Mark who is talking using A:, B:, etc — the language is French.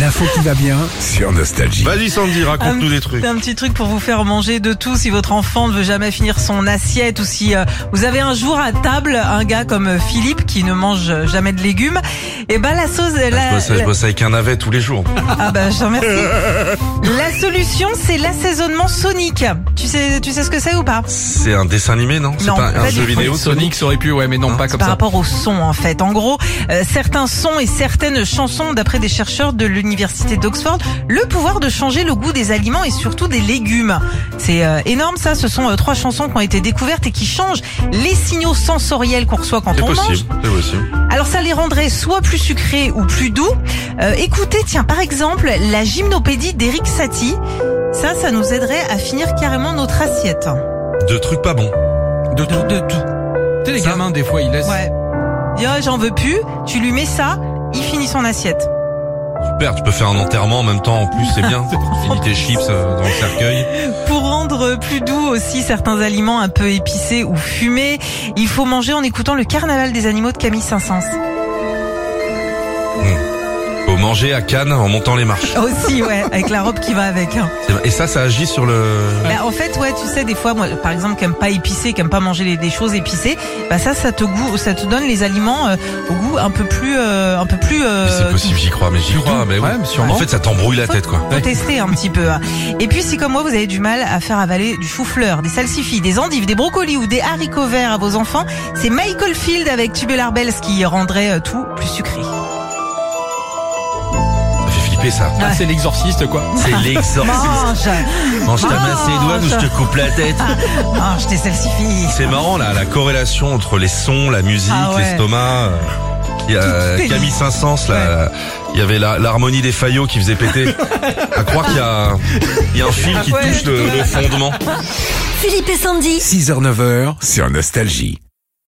A: L'info qui va bien sur Nostalgie.
B: Vas-y Sandy, raconte-nous des trucs.
C: C'est un petit truc pour vous faire manger de tout si votre enfant ne veut jamais finir son assiette ou si euh, vous avez un jour à table un gars comme euh, Philippe qui ne mange jamais de légumes. Et ben la sauce,
B: Je
C: la,
B: bosse, je bosse avec un navet tous les jours.
C: ah bah, je te remercie. La solution, c'est l'assaisonnement sonique. Tu sais, tu sais ce que c'est ou pas
B: C'est un dessin animé, non C'est
C: Non,
B: pas
C: pas
B: un
C: du
B: jeu
C: tout.
B: vidéo ça
D: Sonic, ça aurait pu, ouais, mais non, pas comme
C: par
D: ça.
C: rapport au son en fait. En gros, euh, certains sons et certaines chansons, d'après des chercheurs de l'université d'Oxford, le pouvoir de changer le goût des aliments et surtout des légumes. C'est euh, énorme ça, ce sont euh, trois chansons qui ont été découvertes et qui changent les signaux sensoriels qu'on reçoit quand
B: C'est
C: on mange.
B: possible, c'est possible.
C: Alors ça les rendrait soit plus sucrés ou plus doux. Euh, écoutez, tiens, par exemple, la gymnopédie d'Eric Satie. Ça, ça nous aiderait à finir carrément notre assiette.
B: Deux trucs pas bons.
D: De tout, de tout. Tu sais, les
B: Ça
D: gamins, des fois, ils laissent.
C: Ouais. Dis, Ah, j'en veux plus, tu lui mets ça, il finit son assiette.
B: Super, tu peux faire un enterrement en même temps, en plus c'est bien. Finis tes chips euh, dans le cercueil.
C: Pour rendre plus doux aussi certains aliments un peu épicés ou fumés, il faut manger en écoutant le carnaval des animaux de Camille Saint-Saëns.
B: Faut manger à Cannes en montant les marches.
C: Aussi, ouais, avec la robe qui va avec. hein.
B: C'est- Et ça, ça agit sur le...
C: Bah, en fait, ouais, tu sais, des fois, moi, par exemple, qui aime pas épicé, qui aime pas manger les- des choses épicées, bah ça, ça te goût, ça te donne les aliments euh, au goût un peu plus, euh, un peu plus. euh,
B: Mais c'est possible, j'y crois, mais j'y
D: Plus
B: crois.
D: doux.
B: Mais oui.
D: Ouais, mais sûrement.
B: En fait, ça t'embrouille la tête, quoi.
C: faut tester un petit peu. hein. Et puis, si comme moi, vous avez du mal à faire avaler du chou-fleur, des salsifis, des endives, des brocolis ou des haricots verts à vos enfants, c'est Michael Field avec Tubular Bells qui rendrait euh, tout plus sucré.
B: Ça fait flipper, ça.
D: Ah, c'est l'exorciste, quoi.
B: C'est l'exorcisme.
C: Mange,
B: Mange ta
C: Mange.
B: masse les doigts ou je te coupe la tête.
C: mange tes salsifis.
B: C'est marrant là, la corrélation entre les sons, la musique,
C: Ah ouais.
B: l'estomac. euh, Il y a euh,
C: Tout est
B: Camille Saint-Saëns là, il y avait la- l'harmonie des faillots qui faisait péter. à croire qu'il y a, il y a un fil qui
C: Ah ouais.
B: touche le- le fondement.
E: Philippe et Sandy.
A: 6h-9h sur Nostalgie.